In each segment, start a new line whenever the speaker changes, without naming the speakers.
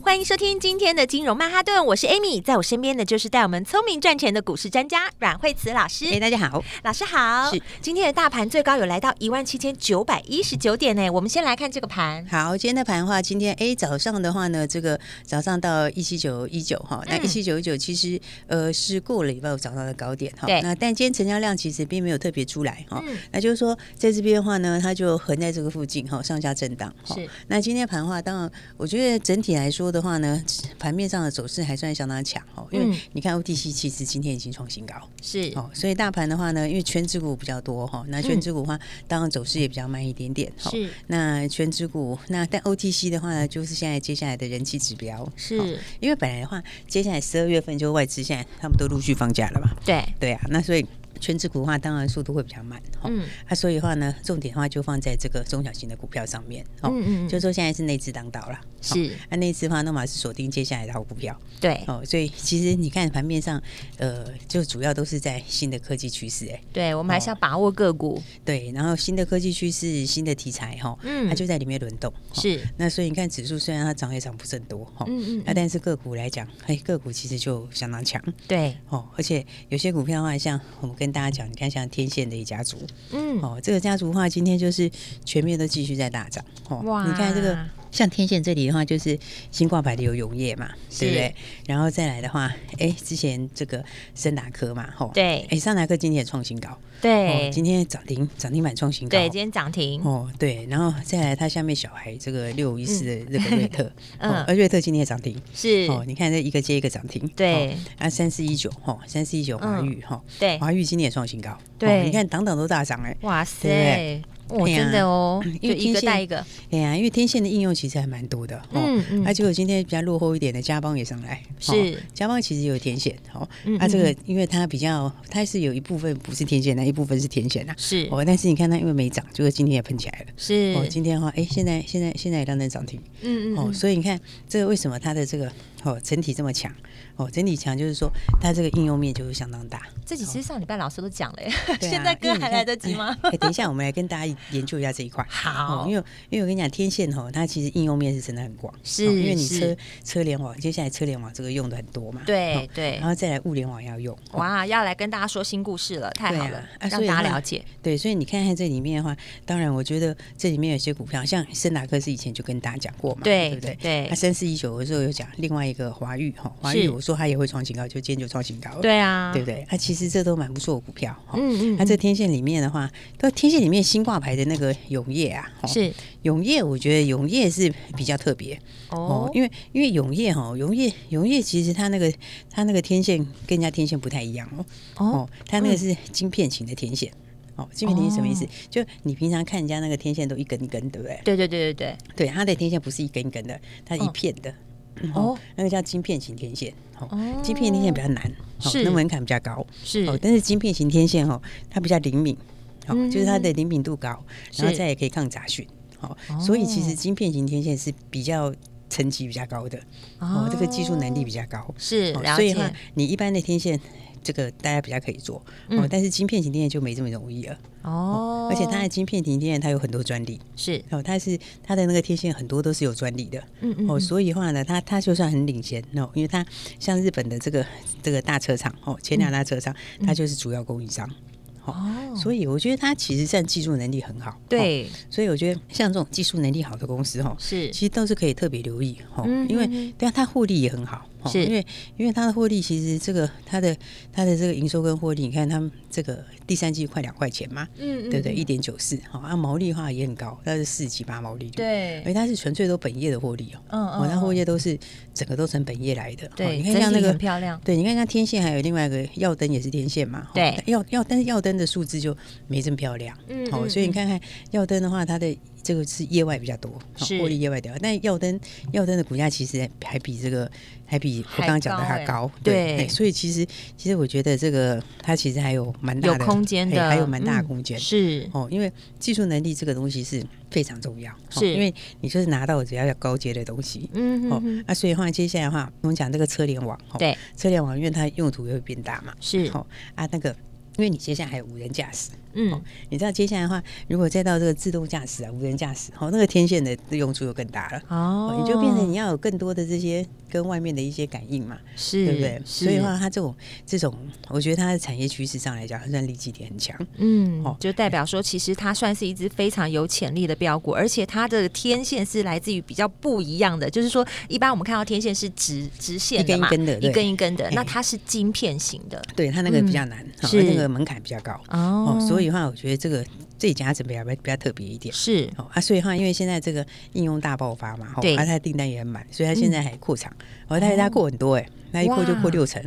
欢迎收听今天的金融曼哈顿，我是 Amy，在我身边的就是带我们聪明赚钱的股市专家阮慧慈老师。
哎、大家好，
老师好
是，
今天的大盘最高有来到一万七千九百一十九点哎呢。我们先来看这个盘，
好，今天的盘的话，今天哎早上的话呢，这个早上到一七九一九哈，那
嗯
一七九一九其实呃是过了礼拜五早上的高点哈，
对
那但今天成交量其实并没有特别出来哈，
嗯
那就是说在这边的话呢，它就横在这个附近哈，上下震荡哈。
是
那今天盘的话，当然我觉得整体来说的话呢，盘面上的走势还算相当强哈，因为
嗯
你看 OTC 其实今天已经创新高。
是，
哦，所以大盘的话呢，因为全指股比较多哈，那全指股的话，当然走势也比较慢一点点
嗯
哈。
是
那全指股，那但 OTC 的话呢，就是现在接下来的人气指标
是
哦因为本来的话，接下来十二月份就外资现在他们都陆续放假了嘛，
对，
对啊，那所以全指股的话，当然速度会比较慢哈。
嗯
那、所以的话呢，重点的话就放在这个中小型的股票上面哦，
嗯嗯嗯
就说现在是内资当道啦，哦
是，
那内资的话，那么是锁定接下来的好股票，
对
哦，所以其实你看盘面上，呃，就主要都是在新的科技趋势，哎，
对，我们还是要把握个股，
对，然后新的科技趋势、新的题材哈，
嗯
它就在里面轮动。哦
是，
那所以你看指数虽然它涨也涨不甚多哈，
嗯嗯
那但是个股来讲，哎，个股其实就相当强
对，
哦，而且有些股票的话，像我们跟大家讲，你看像天线的一家族
嗯，
哦，这个家族的话今天就是全面都继续在大涨哦，
哇
你看这个像天线这里的话，就是新挂牌的有永业嘛，
是
对不对？然后再来的话，哎，之前这个森达科嘛，吼，
对
哎，森达科今天也创新高，
对
哦，今天涨停涨停板创新高，
对，今天涨停，
哦，对，然后再来它下面小孩这个六一四的这 个瑞特，
嗯
哦，而瑞特今天也涨停，
是，
哦，你看这一个接一个涨停，
对
哦，啊三四一九，哈，三四一九华
嗯
玉，哈，
对，
华玉今天也创新高，
对
哦你看档档都大涨哎，
哇
对
塞，哦，
哎呀
真的哦，
因
就
为
一个
天线
带一个，
哎呀，因为天线的应用其实还蛮多的，哦啊
嗯嗯
那结果今天比较落后一点的加邦也上来，
是
哦加邦其实也有天线，哦
嗯，
它这
嗯
个因为它比较，它是有一部分不是天线，那一部分是天线呐，
是
哦，但是你看它因为没涨，结果今天也喷起来了。
是，
哦，今天的话，哎，现在现在现在也亮灯涨停，
嗯嗯
哦，
嗯，
所以你看这个为什么它的这个哦整体这么强，哦整体强就是说它这个应用面就是相当大。
这几实上礼拜老师都讲了耶，
对啊
现在
因
歌
为你
还
看
来得及吗？
哎，等一下我们来跟大家研究一下这一块。
好
哦因为因为我跟你讲，天线哦，它其实应用面是真的很广，
是
哦因为你
是
车车联网，接下来车联网这个用的很多嘛，
对
哦
对
然后再来物联网要用，哦
哇，要来跟大家说新故事了，太
对
好
啊
了，
啊
让
所以
大家
的话
了解。
对，所以你看看这里面的话，当然我觉得这里面有些股票，像森达克是以前就跟大家讲过嘛，
对
不对？
对
那三四一九的时候有讲另外一个华玉哈，华
哎是
玉我说它也会创新高，就今天就创新高了，、
对啊，
对不对？它、其实这都蛮不错的股票哈。
嗯嗯
那、这天线里面的话，到天线里面新挂牌的那个永业啊，哈
是
永业，我觉得永业是比较特别哦
哦，，
因为因为永业哈，永业永业其实它那个它那个天线跟人家天线不太一样哦，
哦
哦，它那个是晶片型的天线。哦，晶片天线什么意思？
哦
就你平常看人家那个天线都一根一根，对不对？
对对对对
对，它的天线不是一根一根的，它是一片的。嗯
哦，
那个叫晶片型天线。
哦
哦，晶片天线比较难，哦
是
那门槛比较高。
是
哦，但是晶片型天线哦，它比较灵敏，哦，
嗯
就是它的灵敏度高，
是
然后再也可以抗杂讯。哦，所以其实晶片型天线是比较层级比较高的，哦，这个技术难度比较高。
是
哦
了
所以
解
哈，，你一般的天线，这个大家比较可以做、哦
嗯，
但是晶片型天线就没这么容易了。
哦
而且它的晶片型天线它有很多专利，
是
哦，它是它的那个天线很多都是有专利的，
嗯嗯
哦，
嗯
所以的话呢，它它就算很领先哦，因为它像日本的这个这个大车厂哦，前两大车厂、它就是主要供应商。
嗯哦
所以我觉得它其实占技术能力很好，哦
对
所以我觉得像这种技术能力好的公司哦，
是
其实都是可以特别留意哦，
嗯
因为
嗯嗯
对啊，它获利也很好，哦
是
因为因为它的获利其实这个它的它的这个营收跟获利，你看他们这个第三季快两块钱嘛，
嗯
对不对？一点九四，好，啊，毛利的话也很高，它是四几八毛利率，，而
对
它是纯粹都本业的获利哦，
嗯嗯
哎哦，它获
嗯
利都是整个都成本业来的，哦
对，
你看像那
整体
个
很漂亮，
对，你看像天线，还有另外一个耀灯也是天线嘛。哦
对
耀耀，但是耀灯的数字就没这么漂亮。
嗯
哦，
嗯
所以你看看耀灯的话，它的这个是业外比较多，好
是
获利业外比较多。但耀登耀登的股价其实还比这个还比我刚刚讲的
还
还
高欸
高，
对
哎所以其实其实我觉得这个它其实还有蛮大
有
的
空间
哎
的，
还有蛮大
嗯
的空间。
是
哦，因为技术能力这个东西是非常重要，哦
是
因为你就是拿到只要要高阶的东西，
嗯
哦
哼哼，
那、所以的话，接下来的话，我们讲这个车联网，哦、
对，
车联网，因为它用途也会变大嘛，
是
哦啊，那个，因为你接下来还有无人驾驶，
嗯
你知道接下来的话，如果再到这个自动驾驶啊、无人驾驶，哦，那个天线的用处又更大了。
哦
哦，你就变成你要有更多的这些跟外面的一些感应嘛，
是
对不对？
是
所以的话，它这种这种，我觉得它的产业趋势上来讲，它算利基点很强。
嗯
哦，
就代表说，其实它算是一只非常有潜力的标股，而且它的天线是来自于比较不一样的，就是说，一般我们看到天线是直直线的嘛
一根一根的对
一根一根的，
嘿
那它是晶片型的
对，它那个比较难，哦
嗯是
那个门槛比较高。
哦
哦，所以的话，我觉得这个这家子比较比较特别一点。
是
哦啊，所以的话，因为现在这个应用大爆发嘛，哦
对嗯
啊，它的订单也很满，所以它现在还扩厂，哦，它它扩很多哎、那一扩就
哇
扩六成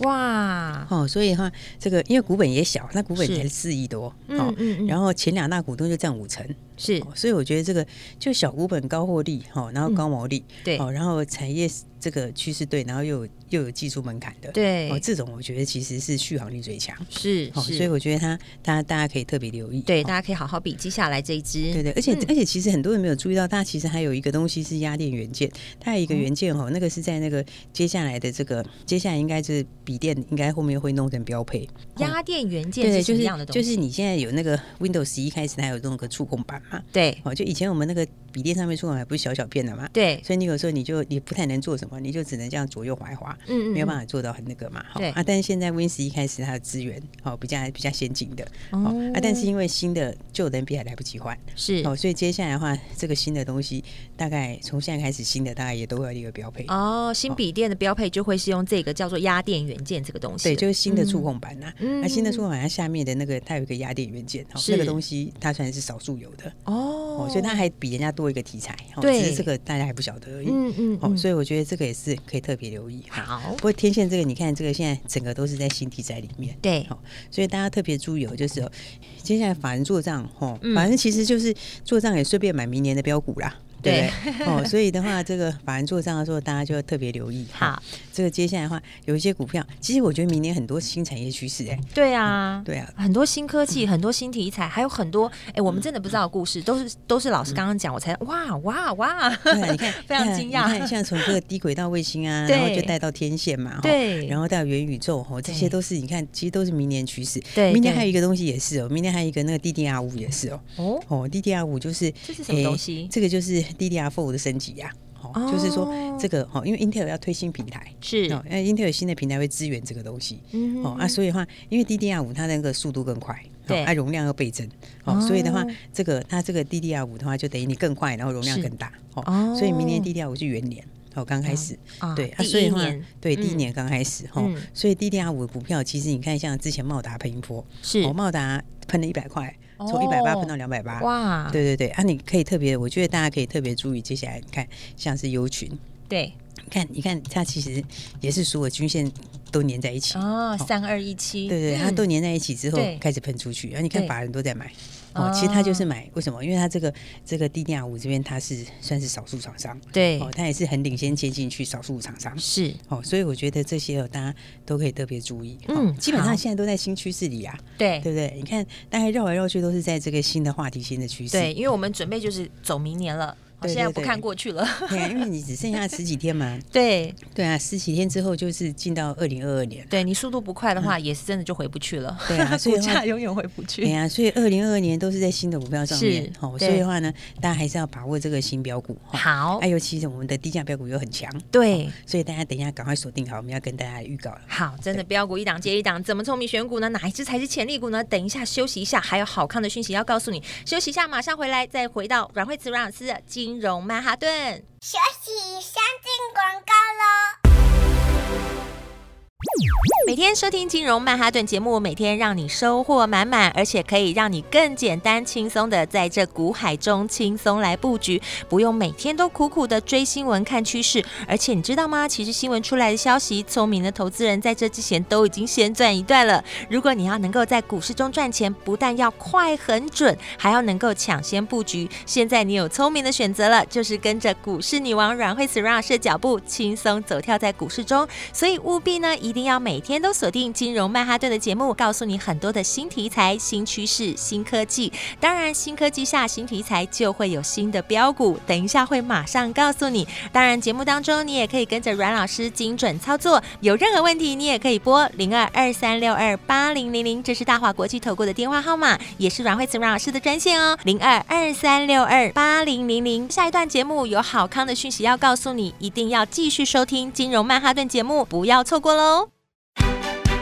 哇，
哦，所以的话，这个因为股本也小，那股本
是
才四亿多，
嗯
哦，
嗯嗯
然后前两大股东就占五成，
是
哦所以我觉得这个就小股本高获利，哦，然后高毛利，
嗯对
哦，然后产业这个趋势对，然后又有又有技术门槛的，，
对
哦，这种我觉得其实是续航力最强，
是
哦，所以
是，
我觉得它大家大家可以特别留意，
对，
哦
大家可以好好笔记下来这一只，
对对，而且、
嗯
而且其实很多人没有注意到，它其实还有一个东西是压电元件，它有一个元件哦，那个是在那个接下来的这个接下来应该是笔电，应该后面会弄成标配。哦
压电元件是
对对，
什
就
么样的
是
东
就
西？
是你现在有那个 Windows 十一开始，它有那个触控板嘛？
对
哦，就以前我们那个笔电上面触控板不是小小片的嘛？
对，
所以你有时候你就你不太能做什么，你就只能这样左右滑一滑，
嗯
没有办
法
法做到很那个嘛。好
对
啊，但是现在 Win 十一开始它的资源哦比较比较先进的哦
哦
啊，但是因为新的旧的 NB 还来不及换，
是
哦，所以接下来的话，这个新的东西，大概从现在开始，新的大概也都会有一个标配。
哦，新笔电的标配就会是用这个叫做压电元件这个东西了，
对，就是新的触
嗯
控板呐、那、
嗯
新的触控板它下面的那个，它有一个压电元件，哦，
是
那个东西它算是少数有的，
哦
哦，所以它还比人家多一个题材，哦，
对
只是这个大家还不晓得而已，
嗯嗯，
哦，所
以
以我觉得这个也是可以特别留意。哦
好
不，过天线这个，你看这个现在整个都是在新题材里面，
对，
哦，所以大家特别注意哦，就是哦，接下来法人做账哦
嗯，
法人其实就是做账也顺便买明年的标股啦。对不对哦，所以的话，这个法人做账的时候，大家就要特别留意。哦
好，，
这个接下来的话，有一些股票，其实我觉得明年很多新产业趋势，哎，
对啊，
对 啊，
很多新科技，很多新题材，还有很多哎，我们真的不知道的故事，都是都是老师刚刚讲，我才哇哇哇，
嗯对啊，你看
非常惊
你看
讶，
像从这个低轨道卫 星啊，
对
然后就带到天线嘛，哦
对
然后到元宇宙，哦，这些
对
都是你看，其实都是明年趋势。
对
明年
对
还有一个东西也是哦，明年还有一个那个 DDR 五也是哦，
哦，
哦，DDR 五就是
这是什么
诶
东西
这个就是 DDR four 的升级呀、哦，
哦
就是说这个哦，因为 Intel 要推新平台，
是
哦，那 Intel 有新的平台会支援这个东西，
嗯
哦啊，所以的话，因为 DDR 五它那个速度更快，哦
对
啊，容量又倍增，哦，
哦
所以的话，这个它这个 DDR 五的话，就等于你更快，然后容量
是
更大，
哦
哦，所以明年 DDR 五是元年。哦，刚开始，
啊
对，
第一
所以的话
年，
对，第一
嗯
年刚开始，哦
嗯，
所以 DDR 五的股票，其实你看，像之前茂达喷一波，
是
哦，茂达喷了一百块，
哦
从一百八喷到两百八，
哇，
对对对，啊，你可以特别，我觉得大家可以特别注意，接下来你看像是优群，
对
你看你看它其实也是所有均线都粘在一起，
哦，三二一七，
对对对，它
嗯
都粘在一起之后
对
开始喷出去，啊然后你看
对
法人都在买，
哦
哦，其实它就是买，为什么？因为它这个这个 DDR 五这边它是算是少数厂商，
对
哦，它也是很领先接进去少数厂商。
是
哦，所以我觉得这些哦，大家都可以特别注意。哦
嗯
基本
好
上现在都在新趋势里啊，
对
对不对？你看，大概绕来绕去都是在这个新的话题、新的趋势。
对，因为我们准备就是走明年了，好
对
现在
对
不
对
看过去了，
对啊，因为你只剩下十几天嘛，
对
对啊，十几天之后就是进到二零二二年，
对，你速度不快的话，也是真的就回不去了，
嗯对 啊所以
股
的话
价永远回不
对
去，
啊，所以二零二二年都是在新的股票上面
是，
哦，
对
所以的话呢，大家还是要把握这个新标股，哦
好
啊，，尤其是我们的低价标股又很强，
对。
所以大家等一下赶快锁定好，我们要跟大家预告了。
好，真的标股一档接一档，怎么聪明选股呢？哪一只才是潜力股呢？等一下休息一下，还有好看的讯息要告诉你。休息一下，马上回来，再回到阮慧慈阮老师的金融曼哈顿。
学习先进广告喽。
每每天收听金融曼哈顿节目，每天让你收获满满，而且可以让你更简单轻松的在这股海中轻松来布局，不用每天都苦苦的追新闻看趋势。而且你知道吗？其实新闻出来的消息，聪明的投资人在这之前都已经先赚一段了。如果你要能够在股市中赚钱，不但要快很准，还要能够抢先布局。现在你有聪明的选择了，就是跟着股市女王阮慧慈阮老师的脚步，轻松走跳在股市中。所以务必呢，一定要每天都锁定金融曼哈顿的节目，告诉你很多的新题材、新趋势、新科技。当然，新科技下新题材就会有新的标股，等一下会马上告诉你。当然，节目当中你也可以跟着阮老师精准操作，有任何问题你也可以拨零二二三六二八零零零，这是大华国际投顾的电话号码，也是阮慧慈阮老师的专线哦，零二二三六二八零零零。下一段节目有好康的讯息要告诉你，一定要继续收听《金融曼哈顿》节目，不要错过喽。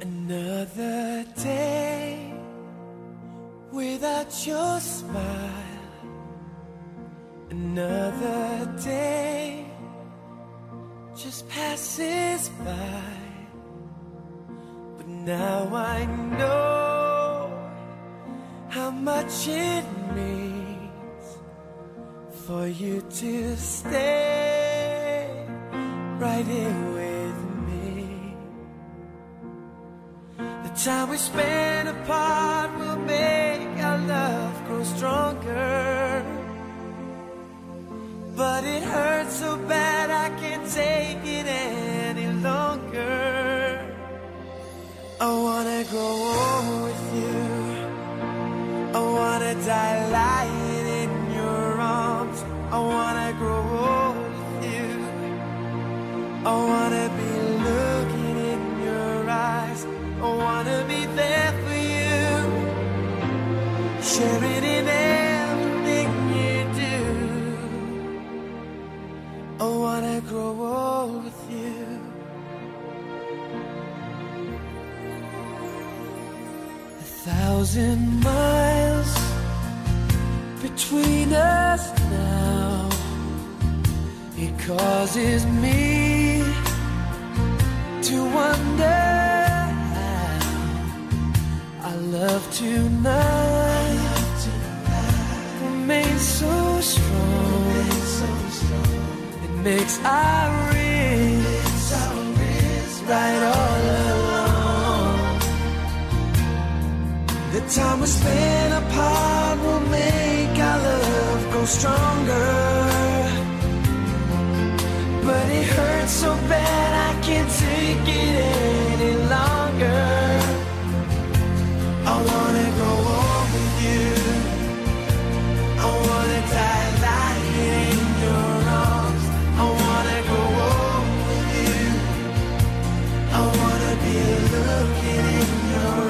Another day without your smile. Another day just passes by. But now I know how much it means for you to stay right here with me. The time we spend apart will make our love grow stronger. But it hurts so bad I can't take it any longer. I wanna grow old with you. I wanna die lying in your arms. I wanna grow old with you. I wanna be looking in your eyes. I wanna be there for you. Sharing in everything you do. I wanna grow old with you. A thousand miles between us now. It causes me to wonder how I love tonight remains so strong. It makes our wrists right all along. The time we spend apart will make our love go stronger. But it hurts so bad I can't take it any longer. I wanna go on with you. I wanna die lying in your arms. I wanna go on with you. I wanna be looking in your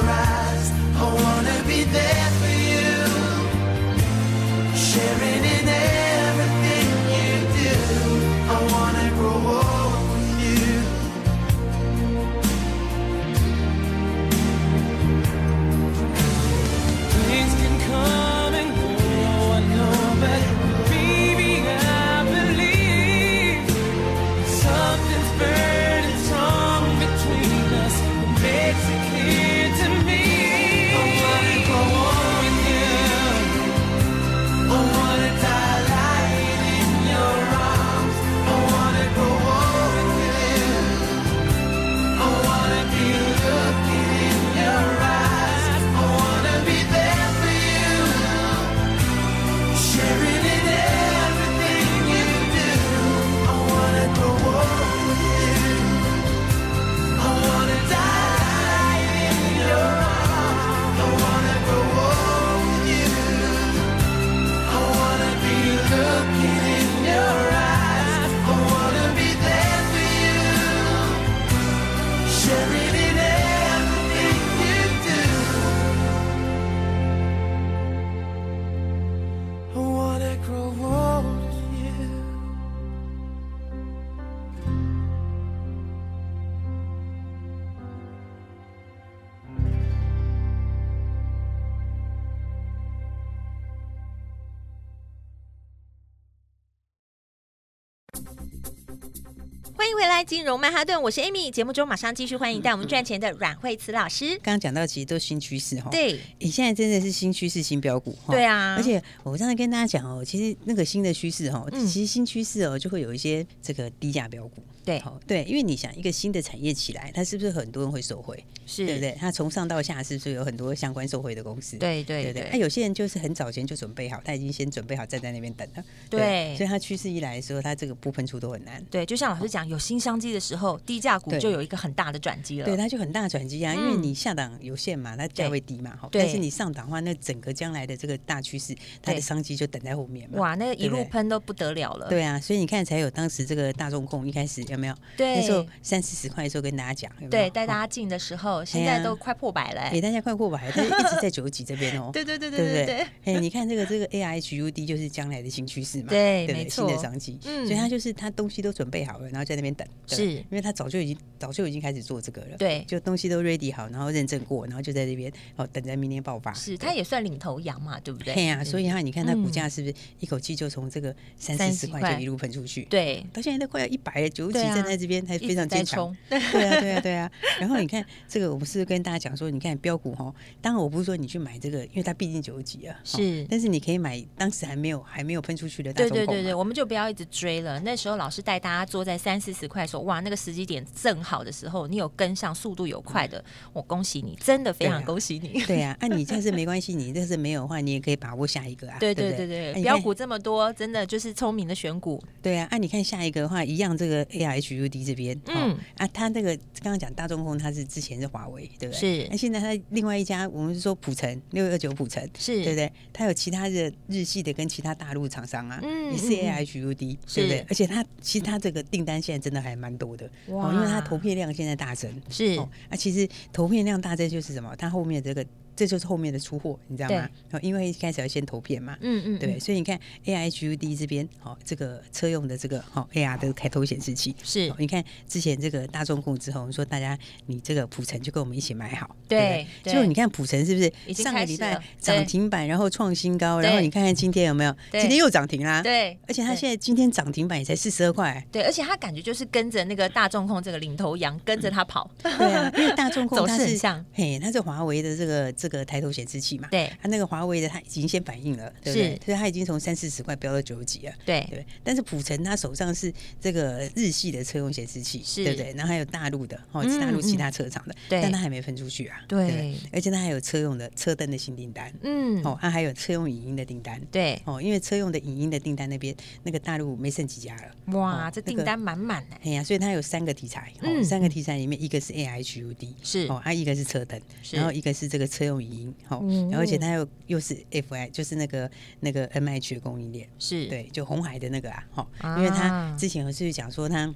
欢迎回来，金融曼哈顿，我是 Amy。节目中马上继续欢迎带我们赚钱的阮慧慈老师。
刚刚讲到，其实都是新趋势哈。，
对
你现在真的是新趋势、新标股哈。
对啊，
哦而且我上次跟大家讲哦，其实那个新的趋势哦，
嗯
其实新趋势哦，就会有一些这个低价标股。
对
好对，因为你想一个新的产业起来，它是不是很多人会受惠，
是
对不？对？它从上到下是不是有很多相关受惠的公司？。
对
对
对
不对，
对
那、有些人就是很早前就准备好，他已经先准备好站在那边等了。
对
所以他趋势一来的时候，他这个不喷出都很难。
对，就像老师讲，有新商机的时候，低价股
对
就有一个很大的转机了。
对，它就很大转机啊，因为
嗯
你下档有限嘛，它价位低嘛，哈。
对
但是你上档的话，那整个将来的这个大趋势，它
对
的商机就等在后面嘛。
哇，那个一
对
路
不对
喷都不得了了。
对啊，所以你看才有当时这个大众控一开始有没有？那时候
对
三四十块的时候跟大家讲，有没有
对，带大
哦
家进的时候，现
哎
在
呀
都快破百了欸。
给大家快过百，但是一直在九几这 边哦。
对对对
对不
对
对
对，
哎，你看这个这个 A I H U D 就是将来的新趋势嘛，
对
不
没
新的
错
商机，
嗯
所以它就是它东西都准备好了，然后在那边等，对
是
因为它早就已经早就已经开始做这个了，
对
就东西都 ready 好，然后认证过，然后就在这边哦等着明年爆发，
是它也算领头羊嘛，对不对？
对呀，所以它你看它股
嗯
价是不是一口气就从这个三
30
四十块
块
就一路喷出去，
对，
到现在都快要一百了，九几
对啊
站在这边还
一
非
直
常
在
坚强
冲。，
对啊，对啊，对啊。然后你看这个，我不是跟大家讲说，你看标股哈，当然我不是说你去买这个，因为它毕竟九几啊，哦
是
但是你可以买当时还没有还没有喷出去的大
对
众
对
购
对对，
嘛
我们就不要一直追了。那时候老师带大家坐在三四十块的时候，哇，那个时机点正好的时候，你有跟上，速度有快的，我恭喜你，真的非
嗯对
常
啊
恭喜你。
对啊，那、你这是没关系，你这是没有的话，你也可以把握下一个啊。
对对
对不
对对，
哎
不
你
要
看
股这么多，真的就是聪明的选股。
对啊，啊，你看下一个的话，一样这个 A R H U D 这边，嗯、
嗯
啊，它那个刚刚讲大众控，它是之前是华为，对不对？
是
那、现在它另外一家，我们是说普城六二九普城，
是
对不对？它有其他的日系的跟其他大陆厂商啊，
嗯
也是
嗯
A I H U D，
是
对不对？而且它其实它这个订单现在真的还蛮多的，
哇
哦，因为它投片量现在大增，
是
哦，啊，其实投片量大增就是什么？它后面这个这就是后面的出货，你知道吗？哦，因为一开始要先投片嘛，
嗯嗯，
对，
嗯，
所以你看 A I H U D 这边，好、这个车用的这个好、A R 的开头显示器。
是
哦你看之前这个大众控哦之后，我们说大家你这个普城就跟我们一起买好，
对
不
对
结果你看普城是不
已
是
经
上个
开始
礼
了
拜
对
涨停板，然后创新高，然后
对
你看看今天有没有？
对
今天又涨停啦。，
对，
而且它
对
现在今天涨停板也才四十二块，
对，而且他感觉就是跟着那个大众控这个领头羊，跟着他跑。
对啊，因为大 众控
走势
它
很
是
像，
嘿，它是华为的这个这个抬头显示器嘛，啊
对
它那个华为的它已经先反应了，对不对？所以它已经从三四十块飙到九十几了。啊
对
对，但是普城它手上是这个日系的车用显示器，
是
对不对？然后还有大陆的，哦，
嗯
大陆其他车厂的，
对
但它还没分出去啊，
对
不而且它还有车用的车灯的新订单，
嗯，
哦，它还有车用影音的订单，
对，
哦，因为车用的影音的订单那边那个大陆没剩几家了，
哇，
哦
这
那
订
个
单满满哎，
哎呀，所以它有三个题材，哦
嗯
三个题材里面一个是 A H U D，
是
哦，啊，一个是车灯，
是
然后一个是这个车用影音，哦，
嗯
然后而且它又又是 F I，就是那个那个 M H 的供应链，
是，
对，就红海的那个啊，哈、
啊
因为他之前有是讲说他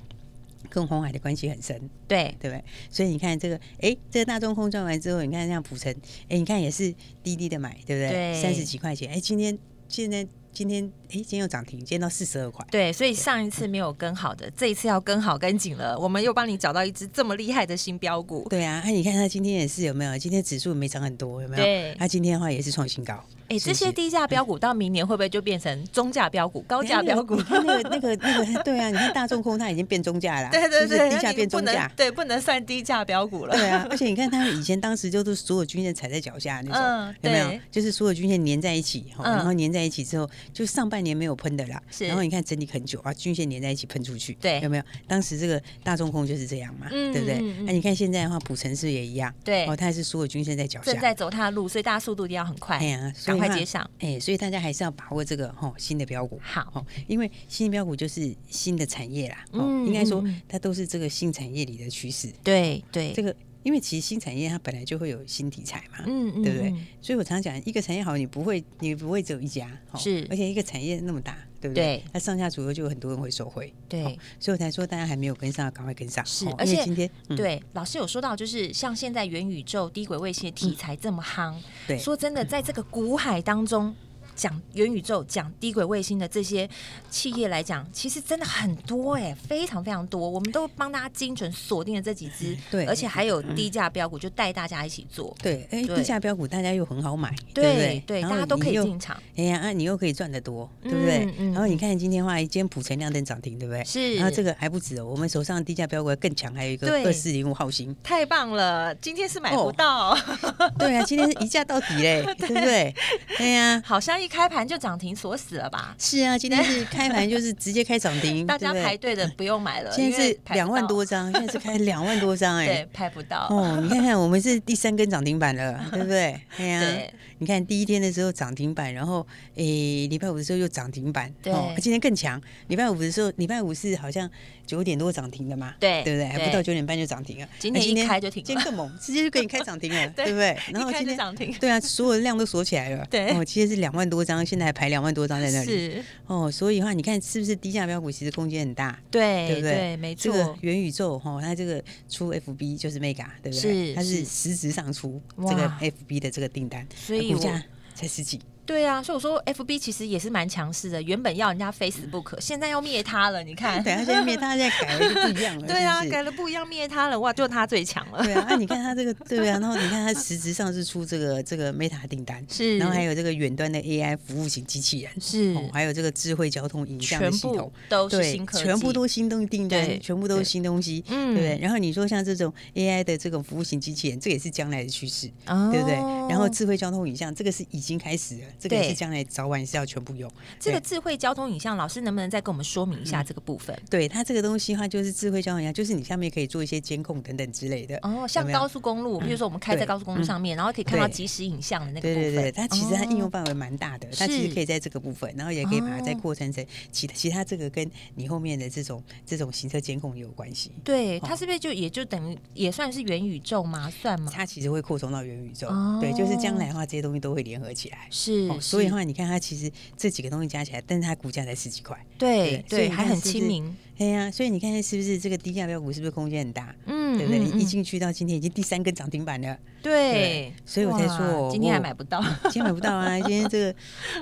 跟红海的关系很深，
对
对不对？所以你看这个，哎，这个大众空转完之后，你看像普城，哎，你看也是滴滴的买，对不对？
对
三十几块钱，哎，今天现在今天哎，今天又涨停，今天到四十二块。
对，所以上一次没有跟好的，这一次要跟好跟紧了。我们又帮你找到一只这么厉害的新标股，
对啊，那、你看它今天也是有没有？今天指数没涨很多，有没有？
对
它、今天的话也是创新高。
哎，
是不
这
是
些低价标股到明年会不会就变成中价标股、高价标股
你？看那个那个那个那个，对啊，你看大众空它已经变中价了啊，
对对
是不
对，
是低
那
价
你
变
不
中
能
价，
对，不能算低价标股了。
对啊，而且你看他们以前当时就是所有均线踩在脚下那种，
嗯
有没有
对？
就是所有均线粘在一起，哈、
嗯
然后粘在一起之后，就上半年没有喷的啦，
是
然后你看整理很久啊，均线粘在一起喷出去，
对
有没有？当时这个大众控就是这样嘛，
嗯
对不对？那、
嗯嗯
你看现在的话，普城市也一样，
对
哦，它也是所有均线在脚
正
下，
在走他的路，所以大家速度一定要很快，
哎呀，所
赶
以
快
的话
接上。
哎，所以大家还是要把握这个哈、哦、新的标股。
好，
哦，因为新的标股就是新的产业啦，哦，
嗯
应该说
嗯嗯
它都是这个新产业里的趋势。
对对，
这个，因为其实新产业它本来就会有新题材嘛，
嗯嗯
对不对
嗯？
所以我常讲，一个产业好，你不会，你不会只有一家，哦
是
而且一个产业那么大，对不对
对？
它上下左右就有很多人会受惠，
对
哦所以我才说大家还没有跟上，赶快跟上，
是
哦
而
因为
且
今天、嗯
对，老师有说到，就是像现在元宇宙、低轨卫星的题材这么夯，
对
说真的，在这个股海当中，讲元宇宙、讲低轨卫星的这些企业来讲，其实真的很多哎、非常非常多。我们都帮大家精准锁定了这几只，
嗯对
而且还有低价标股，就带大家一起做，
对，哎，
对
低价标股大家又很好买，对
对
不对？
对，
然
大
后
家都可以
你又
进场，
哎呀，啊，你又可以赚得多，对不对？
嗯嗯
然后你看今天的话，哎今天普成亮灯涨停，对不对？
是
然后这个还不止哦，我们手上低价标股更强，还有一个
对
二四零五号星。
太棒了！今天是买不
哦
到，
对啊，今天一价到底 嘞，对不对？对呀、
好像一开盘就涨停锁死了吧？
是啊，今天是开盘就是直接开涨 停，
大家
对不对
排队的不用买了，
现在
因
是
为排不
两万
到
多，张，现在是开两万 多张哎、
对，拍不到。
哦，你看看，我们是第三根涨停板 了，对不对？哎呀、
对
你看第一天的时候涨停板，然后诶，礼拜五的时候又涨停板，哦
对
今天更强。礼拜五的时候，礼拜五是好像九点多涨停的嘛，
对
对不对？还不
对
到九点半就涨停了，
今
那
天一开就停了
今天更猛，直接就给你开涨停 了，
对
对不对？然后
一开
今
始
天。
涨停，
对啊，所有的量都锁起来了。
对
哦，其实是两万多张，现在还排两万多张在那里。
是，
哦，所以的话，你看是不是低价标股其实空间很大？对
对
不对？
没
这
错，
个元宇宙哈，它这个出 FB 就是 Mega，对不对？
是
它
是
是实质上出
哇
这个 FB 的这个订单，
所以
那股
我
价才十几，
对啊，所以我说 F B 其实也是蛮强势的，原本要人家 Facebook，现在要灭它了，你看，
对，它现在面它现在改了就不一 样了，
对啊，
是不
改
是
了不一样，灭它了，哇，就它最强了，
对啊，那你看它这个，对啊，然后你看它实质上是出这个这个 Meta 订单，
是
然后还有这个远端的 AI 服务型机器人，
是
哦，还有这个智慧交通影像
全
的系统
部，都是
对
新，科技，
全部都新东订
对
单，全部都
对
是新东西，
嗯
对不对？然后你说像这种 AI 的这种服务型机器人，这也是将来的趋势，
哦
对不对？然后智慧交通影像，这个是已经开始了，这个也是将来早晚是要全部用。
这个
对嗯
智慧交通影像，老师能不能再跟我们说明一下这个部分？
对它这个东西的话，就是智慧交通影像，就是你下面可以做一些监控等等之类的。
哦，像
有没有
高速公
嗯
路，比如说我们开在高速公路上面，然后可以看到即时影像的那个
对
部分。
对对，它其实它应用
哦
范围蛮大的，它其
是
实可以在这个部分，然后也可以把它再
哦
扩散成其他其他这个跟你后面的这种这种行车监控也有关系。
对
哦
它是不是就也就等于也算是元宇宙吗？算吗？
它其实会扩充到元宇宙，
嗯哦
对，就是将来的话，这些东西都会联合起来。
是
哦，，所以的
是
话，你看它其实这几个东西加起来，但是它股价才十几块，
对
对所以
对，
你
还
看
很
是不
亲
是
民，
哎呀、所以你看是不是这个低价标股是不是空间很大？
嗯
对不对？
嗯嗯
一进去到今天已经第三根涨停板了，
对
对，所以我才
哇
说
今天还
我
买不到，
今天买不到啊！今天这个，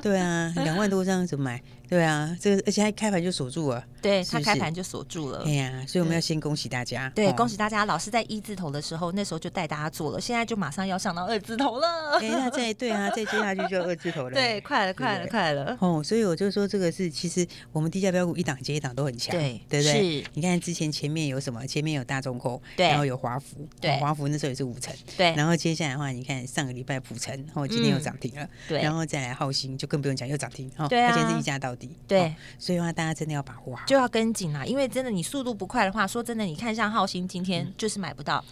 对啊，两万多张怎么买？对啊，这个而且还开盘就锁住了，
对
是
它
不
开
是
盘就锁住了
哎。呀、所以我们要先恭喜大家，
呃对，
哦
恭喜大家！老师在一字头的时候，那时候就带大家做了，现在就马上要上到二字头了。
哎， 那再对啊，再接下去就二字头了，
对，快了，快了，
对
快了！
哦，所以我就说这个是，其实我们低价标股一档接一档都很强，
对
对不对
是？
你看之前前面有什么？前面有大中控，
对
然后有华孚，
对
哦华孚那时候也是五成，
对嗯
然后接下来的话，你看上个礼拜普成，哦，今天又涨停了，
对
然后再来浩鑫就更不用讲又涨停，哦，
对啊
而且是一价到底，
对
哦所以的话大家真的要把握好，
就要跟紧啦，因为真的你速度不快的话，说真的，你看像浩鑫今天就是买不到。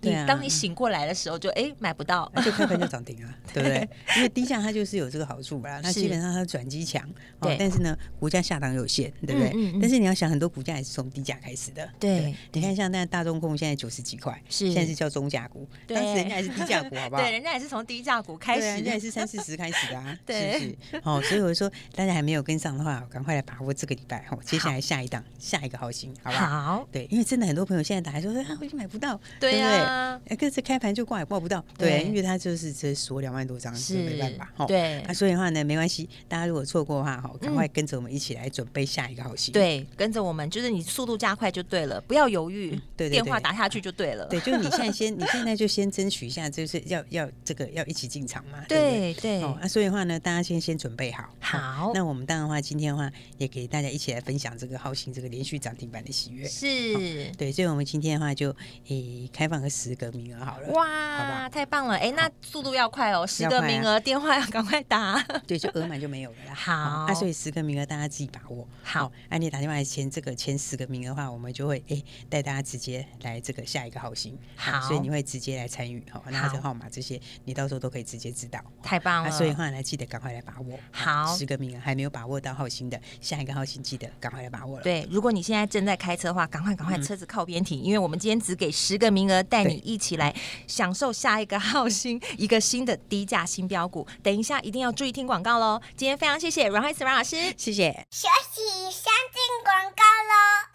你
对啊
当你醒过来的时候就，哎买不到。
那就开盘就涨停了，对 不对？因为低价它就是有这个好处吧，它
是
基本上它转机强，哦
对
但是呢，股价下档有限，对不对？
嗯嗯嗯
但是你要想，很多股价也是从低价开始的，
对
你看像那大众控现在九十几块，
是
现在是叫中价股，
对
当时人家也是低价股，好不好？
对，人家也是从低价股开
对啊
始，
人家也是三四十开始的啊，
对
是不是？哦，所以我说大家还没有跟上的话，赶快来把握这个礼拜哦，接下来下一档下一个好行，好不好？
好，
对，因为真的很多朋友现在打来说啊，我就买不到，
对啊
对不对，可是开盘就挂也挂不到，对，
对
因为它就是这锁两万多张，
是
这嗯没办法哈。
对
那所以的话呢，没关系，大家如果错过的话哈，赶
嗯
快跟着我们一起来准备下一个好戏。
对，跟着我们，就是你速度加快就对了，不要犹豫，
对对对
电话打下去就嗯对了。
对，就是你现在先， 你现在就先争取一下，就是要要这个要一起进场嘛，对不对？
对呃对，
哦，那所以的话呢，大家先先准备好。
好
那我们当然的话，今天的话也给大家一起来分享这个浩信这个连续涨停板的喜悦。
是。
对，所以我们今天的话就诶开放个十个名额好了。好
哇，
吧
太棒了！哎，那速度要快哦，十
要
个
快啊
名额，电话要赶快打。
对，就额满就没有了啦。
好
啊，所以十个名额大家自己把握。
好
哦，按、你打电话前这个前十个名额的话，我们就会哎带大家直接来这个下一个好行。
好
所以你会直接来参与，好、那
好
这号码这些你到时候都可以直接知 道。啊
太棒了
所以的话呢，记得赶快来把握。
好
十个名额还没有把握到好行的，下一个好行记得赶快来把握了。嗯
对，如果你现在正在开车的话，赶快赶快，车子靠边停，因为我们今天只给十个名额，带你
对
一起来享受下一个浩新一个新的低价新标股。等一下一定要注意听广告喽。今天非常谢谢阮慧慈阮老师，
谢谢。
休息，先进广告喽。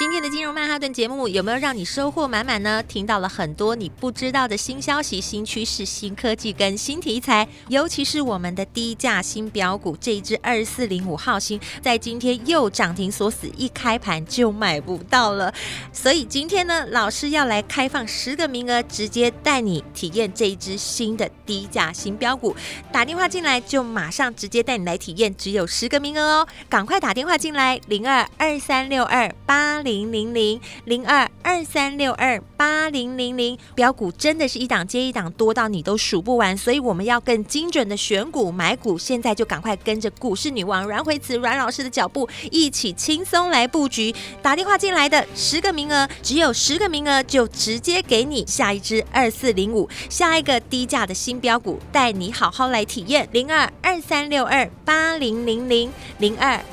今天的金融曼哈顿节目有没有让你收获满满呢？听到了很多你不知道的新消息、新趋势、新科技跟新题材，尤其是我们的低价新标股这一只二四零五号新，在今天又涨停锁死，一开盘就买不到了。所以今天呢，老师要来开放十个名额，直接带你体验这一只新的低价新标股。打电话进来就马上直接带你来体验，只有十个名额哦，赶快打电话进来，零二二三六二八零零零零二二三六二八零零零。标股真的是一档接一档，多到你都数不完，所以我们要更精准的选股买股，现在就赶快跟着股市女王阮慧慈阮老师的脚步，一起轻松来布局。打电话进来的十个名额，只有十个名额就直接给你下一支二四零五，下一个低价的新标股，带你好好来体验零二二三六二八零零零零二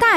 大